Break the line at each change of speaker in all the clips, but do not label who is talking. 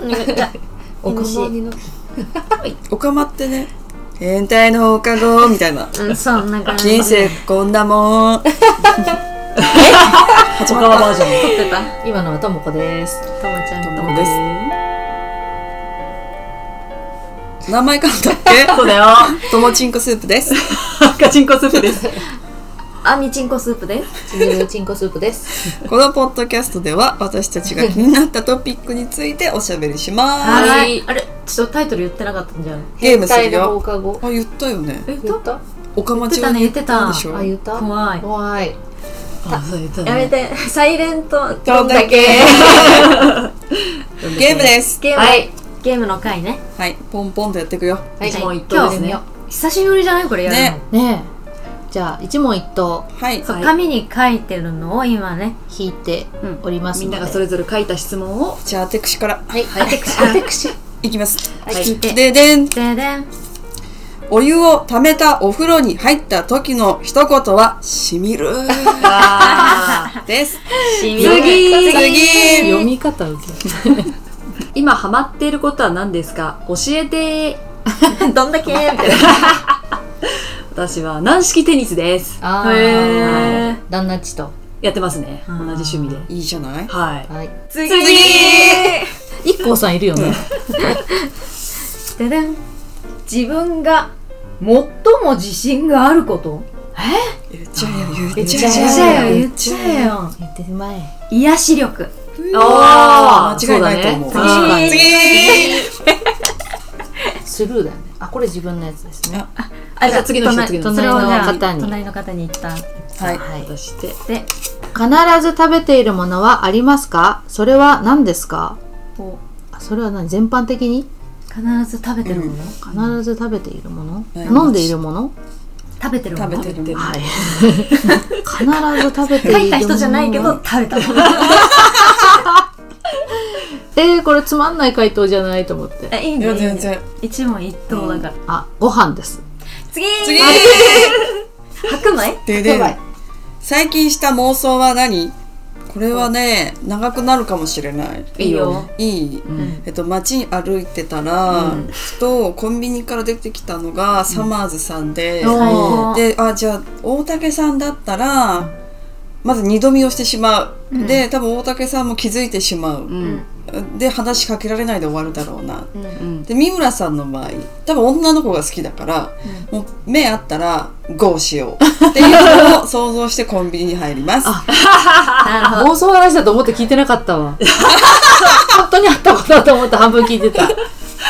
願いじゃ
おかまにの
おかまってね変態の放課後みたいな
あうんそんな感じ
人生こんなもん始まったバージ
撮
ョン
ってた
今のはともこです
ともちゃんと
で名前からだっけ
そうだよ。
ともちんこスープです
ガチンコスープです。
あみちんこスープです
ちぎるちんこスープです
このポッドキャストでは私たちが気になったトピックについておしゃべりしま
は
す
い
あれちょっとタイトル言ってなかったんじゃん
ゲームする
変態の放
よ
課後
あ言ったよね
えっ
言
と
った
おかまちゃん
言ってた
で
ね
しょ
あ言った
怖い
怖い
あ、そう言ったね
やめ。てサイレント
どんだけゲームです
ゲーム、
はい
ゲームの回ね
はいポンポンとやっていくよ
はい
はい
もう一投ですね
今久しぶりじゃないこれやるの、
ね
ねえじゃあ一問一答
はい
そう
はい
紙に書いてるのを今ね
引いておりますの
みん
で、
ながそれぞれ書いた質問を。
じゃあテクシから
はい
アテクシアテクシ
いきます
はい聞いて
ででん
でで ん
お湯をためたお風呂に入った時の一言はしみる
あ
です
次
次
読み方受け。今ハマっていることは何ですか教えて
どん だけみたい
私は軟式テニスです。
あ
へ
ー旦那っちと
やってますね。同じ趣味で。
いいじゃない
はい。
はい
次
一光さんいるよね
ででん自分が最も自信があること
言っちゃえよ言
言
っ
っ
ち
ち
ゃ
ゃ
え
え
よ
よ
言っちゃえよ
言ってまえ
癒し力
お
間違いないと思う
そうだね
次
スルーだよねあこれ自分のやつですね
あ
じゃあ次の人
隣
次の人
それをじゃあ
隣の方に
隣の方に言った
はい
は
次
い
渡して。
で
必ず食べているものはありますかそれは何ですか
こ
あそれは何全般的に
う必ず食べてるもの
必ず食べているもの、
うん
飲んでいるもの、
食べてるもの
食べてるもの
はい 必ず食べているもの
書いた人じゃないけど食べたもの
えー、これつまんない回答じゃないと思って
えいい
い
ね
や
いいね
全然
一問一答だから
あご飯です
次
次
白米
ででん最近した妄想は何これはね長くなるかもしれない
いいよ。
いい、
ん
えっと、街歩いてたら、
うん
ふとコンビニから出てきたのがサマーズさんで、
うん
最高
お
であじゃあ大竹さんだったらまず二度見をしてしまう、
うん
で多分大竹さんも気づいてしまう
う、ん。
で話しかけられないで終わるだろうな
うんうん
うん。
で三村さんの場合多分女の子が好きだから、もう目あったら「ゴーしよう」っていうのを想像してコンビニに入ります。
なるほど
妄想話だと思って聞いてなかった わ本当にあったことだと思って半分聞いてた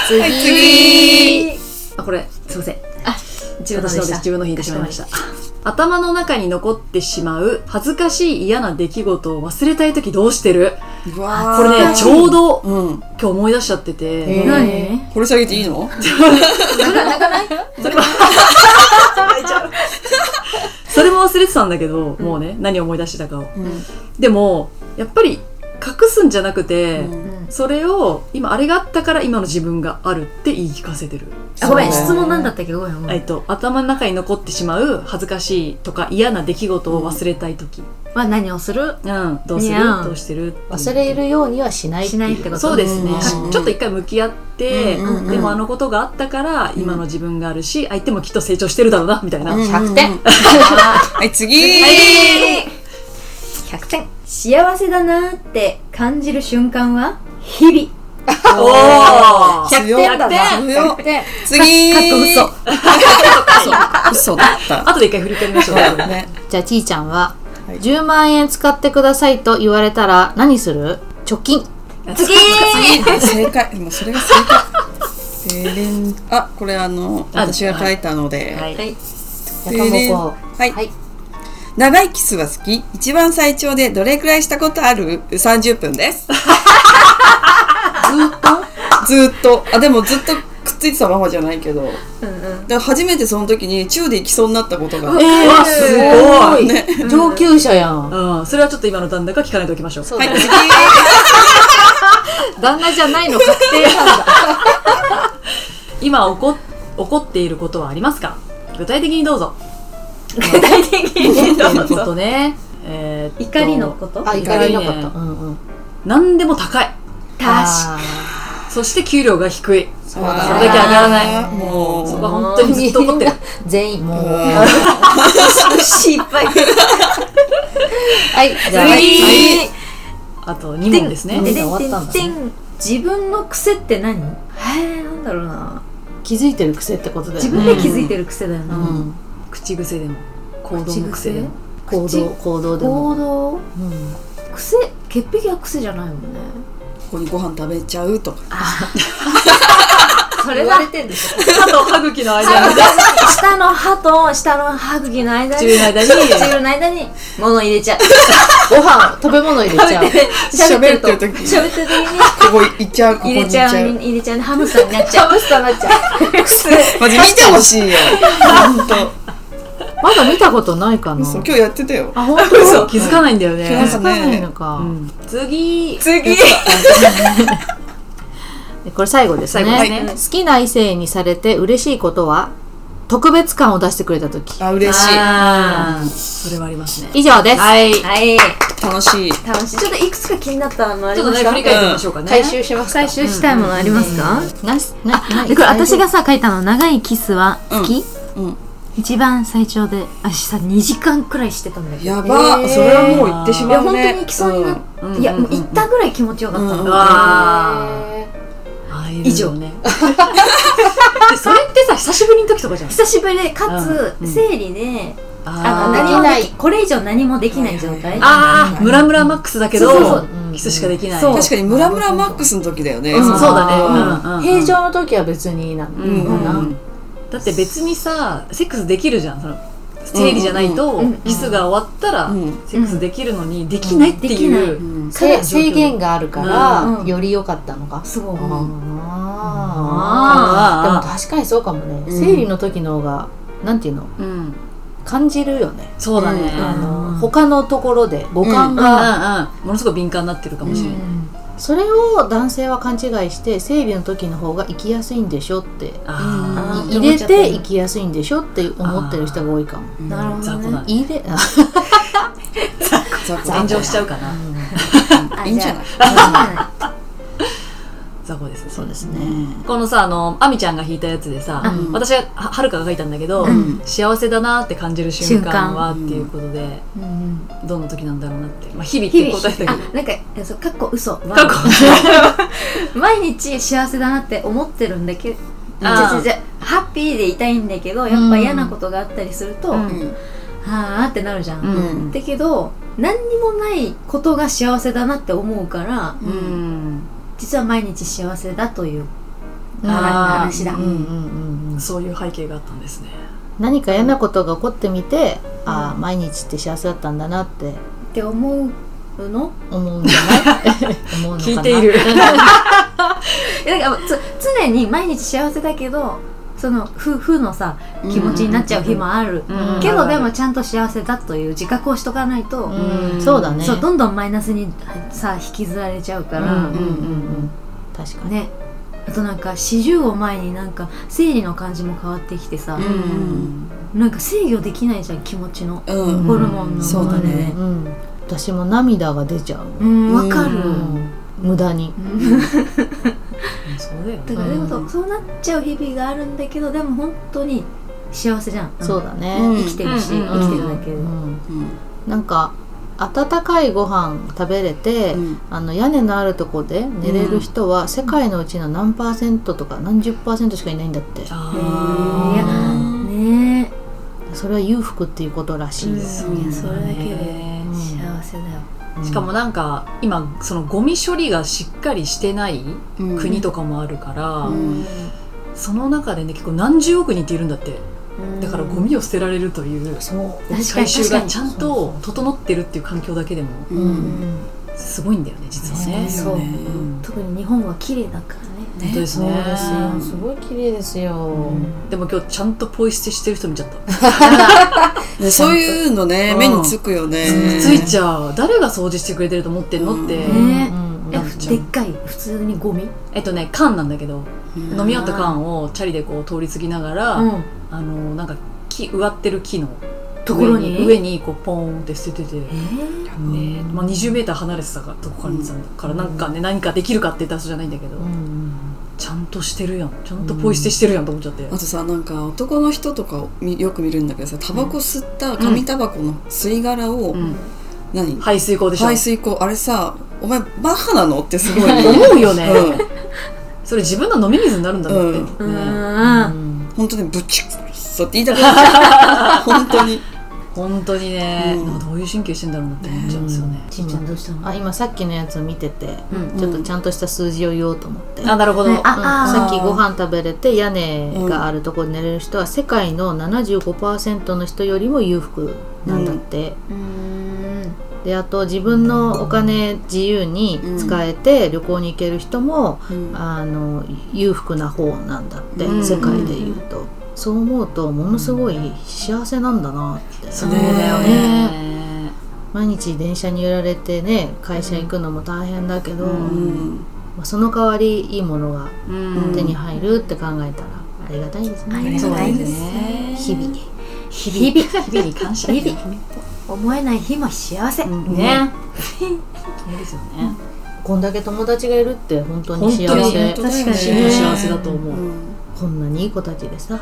次次
あ、これ、すいません。
自
私のです自分の日に出しまいました頭の中に残ってしまう恥ずかしい嫌な出来事を忘れたい時どうしてる
うわ
こ
ー
れねちょうど
うん、
今日思い出しちゃって
へ
て
ー
何
これ下げていいの
それも忘れてたんだけど、もうね何を思い出してたかをでもやっぱり隠すんじゃなくて、
うん
それを今あれがあったから今の自分があるって言い聞かせてる
あごめん
そう
質問なんだったっけどごめんごめ
え
ん
っと頭の中に残ってしまう恥ずかしいとか嫌な出来事を忘れたい時、
は何をする
うんどうす
い
る
や
どうしてるっていう
忘れるようにはしない
しないってこと
そうですね、
うん
ちょっと一回向き合って、
うん
うんうん
でもあのことがあったから今の自分があるし、相手もきっと成長してるだろうなみたいな、
100点
うん はい次
100点幸せだなーって感じる瞬間は日々
おー
100点だな100
点
次
かっこ嘘
嘘嘘だ った
後で一回振り返りましょう、
そうだね
じゃあちーちゃんは、
はい
10万円使ってくださいと言われたら何する貯金
次
正解 もうそれが正解でれんあこれあの
あ
私が書いたので、
はい
い
やと
でれん
もこ
はい、
はい
長いキスは好き一番最長でどれくらいしたことある30分ですずっとずっとあでもずっとくっついてたままじゃないけど
うんうん
で初めてその時に中で行きそうになったことがあっ
え
て
ー、
わすご
い
ね
上級者やん
うん、それはちょっと今の旦那が聞かないとおきましょう
そう
は
だ
い
ね
次
旦那じゃないの確定なんだ
今怒っ怒っていることはありますか具体的にどうぞ
具体的
怒ってい
に
ることねえーっと
怒りのこと
あ
怒
怒
り
り
ね
のことうんうん
何でも高い
確か
あー
そして給料が低い。
そう
だ
それだけ上がらない
あーもう
そこは本当にずっと怒ってる。
全員もう。
うん
失敗
はい、じゃあ、
次
はい
あと2問ですね。
で
で
で
で
終わったんだね
ん自分の癖って何えー、なんだろうな
気づいてる癖ってことだよね。
自分で気づいてる癖だよな、
うん
口癖でも行動の癖でも
行動、行動でも。
行動
うん
癖潔癖は癖じゃないもんね
ここにご飯食べちゃうとか
それ
言
だ
われてんで しょ。
歯と歯茎の間に
下の歯と下の歯茎の間に
唇の間に
唇の間に物入れちゃう
ご飯、食べ物入れちゃう。
喋
喋ってる時
喋ってる時に
ここ行っちゃうここ
入
に
れ
行っ
ち
ち
ゃ
ゃう
う入れちゃうハムスターになっちゃう
ハムスターになっちゃう。
マジ見てほしいよ本当
まだ見たことないかな。
そう今日やってたよ
あ、本
嘘
当
気づかないんだよ
気
ね
づ。
かないのか
う。ん次
次
でこれ最後ですね
最後ですね
好きな異性にされて嬉しいことは特別感を出してくれた時
あ嬉し
あーそれはありますね。
以上です、
はい。ち
はい
い楽しい
楽しいちょっといくつか気になったのあ
ょ
り
っ
ま
とね
すか
振り返ってみましょうかね。
します
回収したいものありますか、
なしなない
でこれ私がさ書いたの長いキスは好き、
うん
一番最長で私さ2時間くらいしてたんだよ
やば、
えー
それはもう行ってし
いや
まう
本当
ね
に行きそうになっ
うん
いや
うん
もう行ったぐらい気持ちよかったの、
うん
わあ以上ね。でそれってさ久しぶりの時とかじゃん。
久しぶりでかつ、
うんうん
生理であ
ー
の
でき
何
ない
もできこれ以上何もできない状態、
ああムラムラマックスだけど
そうそう
そううん
キスしかできない。
そう
確かにムラムラマックスの時だよね、
うん
うんそうだね
あ
うんうんうん。
平常の時は別になん
うん
うん
かな、
うん
だって別にさセックスできるじゃんその生理じゃないと、
うんうん
キスが終わったら、
うん
セックスできるのにできないっていう、
う
うん
せ制限があるから、
うんうん
より良かったのか、
すごい、
ん
あーでも確かにそうかもね、
うん
生理の時の方がなんていうの
うんうん
感じるよね、
そうだね、
うん
あ
うん
の他のところで五
う
感
ん
が、
うんうんものすごく敏感になってるかもしれない、
それを男性は勘違いして生理の時の方が生きやすいんでしょって
あ
あー
入れて生きやすいんでしょって思ってる人が多いかも
うん
なる
あ
ほ
雑
ど
魚だ
ね
ね
入れあ
雑魚
炎上しちゃうかな、
あ
いいんじゃない
じゃあ
雑魚ですね
そうですね
このさあのあみちゃんが弾いたやじゃないやつでさ、
うん
私はははるかが書いたんだけど、
うん
幸せだなって感じる瞬間は
瞬
っ
間
ていうことで、
うん
どんな時なんだろうなって、まあ、日々っ
日
て
々
答えた
あ
けど
なんかそうかっこ嘘は
過去
毎日幸せだなって思ってるんだけどじ
あー
ゃじゃハッピーでいたいんだけどやっぱ嫌なことがあったりすると、
う
は
ん
あーってなるじゃん、
うん
うん
だけど何にもないことが幸せだなって思うから
う
うん
ん
実は毎日幸せだという
あー
話だ、
うんうんうんうん
そういう背景があったんですね。
何か嫌なことが起こってみて、ああ毎日って幸せだったんだなって
って思うの
思うんじゃない思うのかな
聞いている
いやなんかつ常に毎日幸せだけどその夫婦のさ気持ちになっちゃう日もある、
うん
けどでもちゃんと幸せだという自覚をしとかないと、
うんそうだね
そうどんどんマイナスにさ引きずられちゃうか
うん
ら、
うんうんうん確かに
ねあとなんか四十を前になんか生理の感じも変わってきてさ、
うん
なんか制御できないじゃん気持ちの
うん、
うん
ホルモンの
そうだね
うん私も涙が出ちゃう
うんわかる、
う
うん無駄に
うん
そうだよね。
だからでもそう
うん
そうなっちゃう日々があるんだけどでも本当に幸せじゃん
そうだね、
うん
生きてるし、
うん
生きてるだけで、
うん
うん
なんか温かいご飯食べれて、
うん
あの屋根のあるとこで寝れる人は世界のうちの何パーセントとか何十パーセントしかいないんだって
あ
いやね
それは裕福っていうことらしいよ、
うん
ー
いやそれだけで
ね
え
うん
幸せだよ
しかもなんか今そのゴミ処理がしっかりしてない
うん
国とかもあるから、
うん
その中でね結構何十億人っているんだってだからゴミを捨てられるという
そ
確かに
回収
確
が
かに
ちゃんと整ってるっていう環境だけでも
う
う、うんん、
すごいんだよね実はね。
そう
うん
特に日本は綺麗だからね
本当です
そう
ね
ですよすごい綺麗ですよ、
でも今日ちゃんとポイ捨てしてる人見ちゃった。
ねそういうのね、
うん
目につくよね
ついちゃう誰が掃除してくれてると思ってんのって、
う
ね
うんうん
え
あふちゃん
でっかい普通にゴミ
えっとね缶なんだけど
うん
飲み終わった缶をチャリでこう通り過ぎながら、
うん
あのなんか木植わってる木の
ところに
上上にこうポーンって捨ててて、ね
えー
まあ、20メーター離れてたかとこから見てたんだからなんかね何かできるかって言ったらそうじゃないんだけど、ちゃんとしてるやんちゃんとポイ捨てしてるやんと思っちゃって、
あとさなんか男の人とかをみよく見るんだけどさタバコ吸った紙タバコの吸い殻を、
うん
何
排水口でしょ
排水口あれさお前バカなのってすごい
思うよね、
うん
それ自分の飲み水になるんだろうって、
う
ね
ーん
本当にぶちくそって言いたくなっちゃう本当に
本当にね、
うん
なんかどういう神経してんだろうなって思っちゃうんですよね、
ちいちゃんどうしたの
あ今さっきのやつ見てて
うん
ちょっとちゃんとした数字を言おうと思って、
あなるほど、
ね
あ
あ
うん
ー
さっきご飯食べれて屋根があるところに寝れる人は世界の75%の人よりも裕福なんだって、
うーん
であと自分のお金自由に使えて旅行に行ける人も、あの裕福な方なんだって、
うん
世界で言うとそう思うとものすごい幸せなんだなって
そうだよね
毎日電車に揺られてね会社行くのも大変だけど、
うん
うん
まあ、その代わりいいものが
うん
手に入るって考えたらありがたいですね
ありが
そう
た
で
い
す
です
ね
日々
日々
日々に感謝
日々思えない日も幸せ、
うん
ね
そうですよね
こんだけ友達がいるって本当に幸
本当
せ
に
本当だよね
確かにね
幸せだと思う
うん
こんなにいい子たちでさ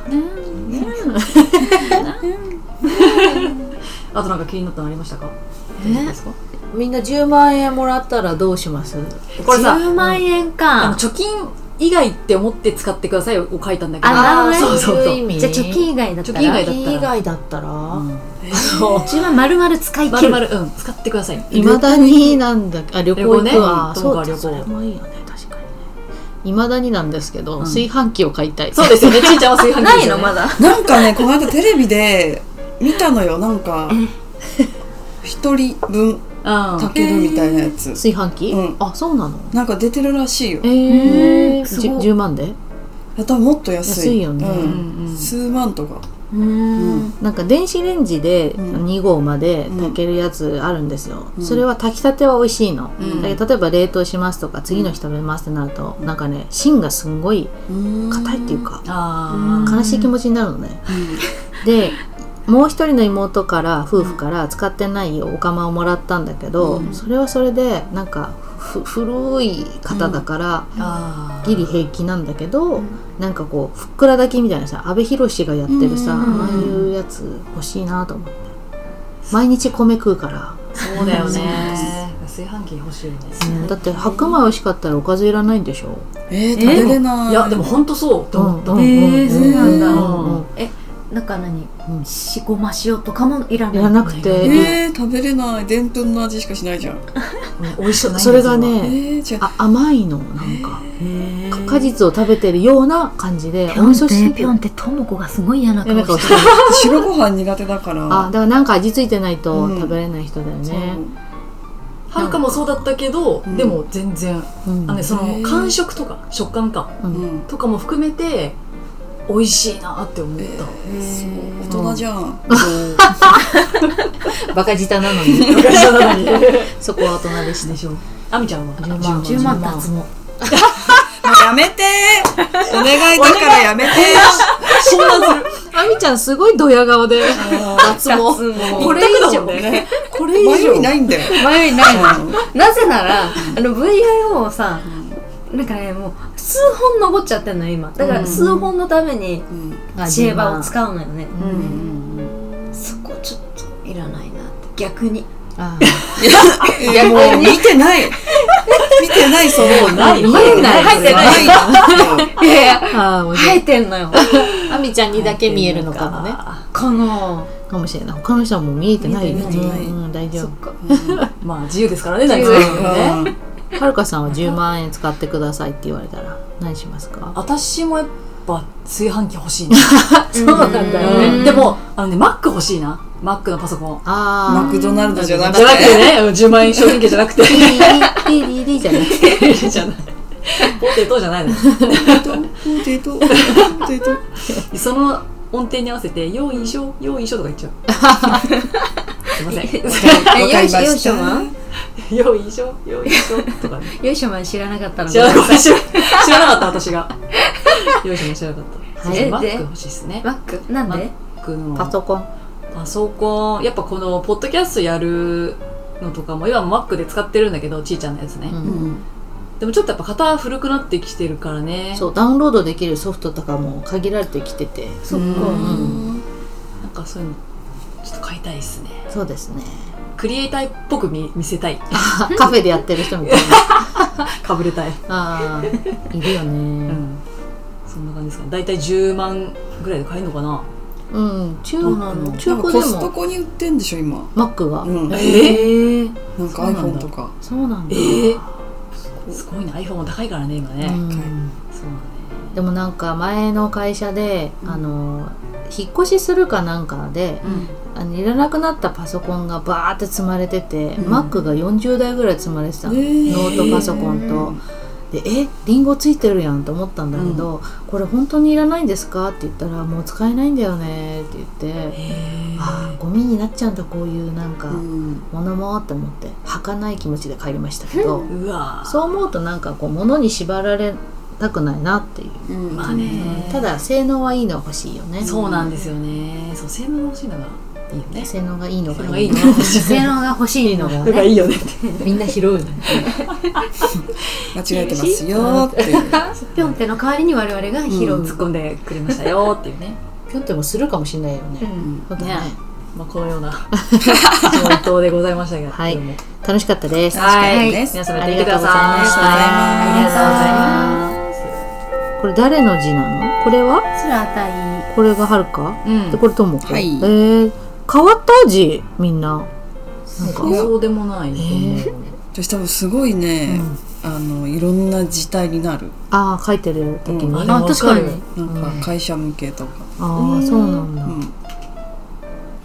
あとなんか気になったのありましたか
え
大丈夫ですか
みんな10万円もらったらどうします
これさ
10万円
あの
か、
貯金以外って思って使ってくださいを書いたんだけど
あなるほ
そう
どね
そう
い
そう
意味
じゃあ貯金以外だったら
貯金以外
貯金以外だったら、
10万丸々使い
ま
切
る
る
まるうん使ってください
いまだになんだあ旅行行く
旅行ね
わ、
うん
そうだ
友達
そ
旅行
れもいいよね確かにねいまだになんですけど、
うん
炊飯器を買いたい
そうですよねちいちゃんは炊飯器ですよね
だ
なんかねこの間テレビで見たのよなんか一人分
う
炊
ん
けるみたいなやつ、
炊飯器、
うん
あそうなの
なんか出てるらしいよ
え
い
うーん
ー、
す
じゅ
ごい
10万で
や多分もっと安い
安いよね
う
うんんうん
数万とか
うーん
なんか電子レンジで
うん
2合まで炊けるやつあるんですよ、
うん
それは炊きたては美味しいの、
うん
だけど例えば冷凍しますとか次の日食べますってなると、なんかね芯がすんごい硬いっていうか、
あ
うん
悲しい気持ちになるのね、でもう一人の妹から夫婦から使ってないお釜をもらったんだけど、
うん
それはそれでなんかふ古い方だから、
ーあー
ギリ平気なんだけど、
ん
なんかこうふっくら炊きみたいなさ阿部寛がやってるさ、
うん
ああいうやつ欲しいなと思って毎日米食うから、
そうだよね炊飯器欲しいよね
だって白米美味しかったらおかずいらないんでしょ、
えー、食べれない
いやでも本当そうと思った
うん
えーそうなんだ
うんうん
なんか何
うん
しごま塩とかもいらない
いらなく
え
て、
ー、食べれないでんぷんの味しかしないじゃん
ね美味しくないんです
そ
よ
れが
え
ね
ー、じゃあ
あ甘いのなんか。
へー
果実を食べてるような感じで
ぴょんっ
味噌
て
汁
ぴょんってともこがすごい嫌な
嫌
顔
な顔
し
してて
る
る
白ご飯苦手だから
あだからなんか味付いてないと
うん
食べれない人だよ
そう
ね、
はるかもそうだったけど、
うん
でも全然
うん
あの、ね、そ
へ
の
ー
感触とか食感か
う
うんん
とかも含めて美味しいなって思っ
え
た、
ー
そ
そうう大人じゃん、
バカ舌なの に
昔なのに
そこは大人でし
で
ね
しょあみちゃんは
10万
10万脱毛
もうやめてお願いだからやめて
そんなずる
あみちゃんすごいドヤ顔で脱毛
これ以上ねこれ以
迷い
上
ないんだよ
迷いないなぜならあの VIO をさなんかねもう数本残っちゃってるのよ今だか
うん
ら数本のために
うんうん
シェーバーを使うのよね
う
うん
ん
そこちょっといらないなって逆に
あ
いやもう見てない見てないその
ない
入んない
入ってない
入いやいや
あーもう
生えてんのよ
あみちゃんにだけ見えるのかもね
この
かもしれない他の人はもう見えてないよね
見えてない
うん、大丈
そっか
まあ自由ですからね
自
大
由
丈
です
夫
う
ね
ん
夫はるかさんは10万円使ってくださいって言われたら何しますか
私もやっぱ炊飯器欲しいな
そう
そうなんだよ
うん
ねでもあのねマック欲しいなマックのパソコン
あ
マクドナルドじゃなく
じゃなく
て
てね10万円商品券じゃなくて
あリリリリリじゃなくて
じゃないポテトじゃないの
ポテトポテト
その音程に合わせて「よいしょよいしょ」とか言っちゃうすいません
わかりま
よい
し
しょマン
た
「よいしょよいしょ」とかね
よいしょマン知らなかったの
知らなかった知ら知らなかった私がよいしょも知らなかった
はい
マック
で
欲しいですね
マックなんで
マックの
パソコン
パパソコンやっぱこのポッドキャストやるのとかも今 Mac で使ってるんだけどちいちゃんのやつね、
うん
うん
でもちょっとやっぱ型古くなってきてるからね
そうダウンロードできるソフトとかも限られてきてて
そっか
うん
なんかそういうのちょっと買いたいですね
そうですね
クリエイターっぽく見見せたい
あカフェでやってる人みたいな
かぶれたい、
あーいるよ
う
ね
ん、そんな感じですかね大体10万ぐらいで買えるのかな
うん、中
どうなの
中古
コ
で
スト
も
コに売ってんでしょ今
マックが、
うんなんか
え
え
ー、そうなんだ
iPhone とか
そうなんだ、
ええすごいな iPhone も高いからね今ね、
うん
そう
でもなんか前の会社で、
うん
あの引っ越しするかなんかで
だね、
あのいらなくなったパソコンがバーって積まれてて、
うん
マックが40台ぐらい積まれてたの、ノ
ノ
ートパソコンとでえリンゴついてるやんと思ったんだけど、これ本当にいらないんですかって言ったらもう使えないんだよねって言って、
え
ああゴミになっちゃうんだこういうなんか
うん
ものもって思って儚い気持ちで帰りましたけど、
うわ
そう思うとなんかこう物に縛られたくないなっていう、
うん
まあね
うんただ性能はいいの欲しいよね
そうなんですよね。そう、性能が欲しいのがいいよね。
性能がいいの
性
が
能がい
いい
いの
の
が
性能が欲しいの がね
いいよね。
みんな拾うね
間 違えてますよっていう
ぴょんっての代わりに我々が拾う、
突っ込んでくれましたよっていうね。
ぴょんってもするかもしれないよね、本当ね
ねまあ、このような上等でございましたけど。
はい
でも
楽しかったです
はい。
です
皆様や
あ
って
り
み
が
て
とうござ
くださ
い
い。
ました
あ
りがとうございます。
これ誰の字なのこれは
それあたり
これがはるか、
うん
でこれともこ、
はい
えー、変わった字みんななんか
う
そうでもないと思う。
私多分すごいね、あのいろんな事態になる
ああ書いてる時に、
うん
あ
でも
あ確かに
わる
なんか会社向けとか、
あーそうなんだ、
うん、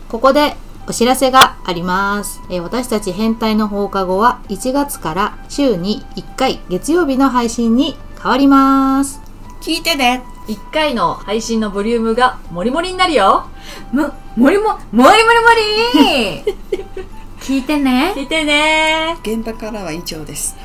ここでお知らせがあります。えー私たち変態の放課後は1月から週に1回月曜日の配信に変わります。
聞いてね
一回の配信のボリュームがモリモリになるよ。
ももりももりもりもり聞いてね
聞いてね
現場からは以上です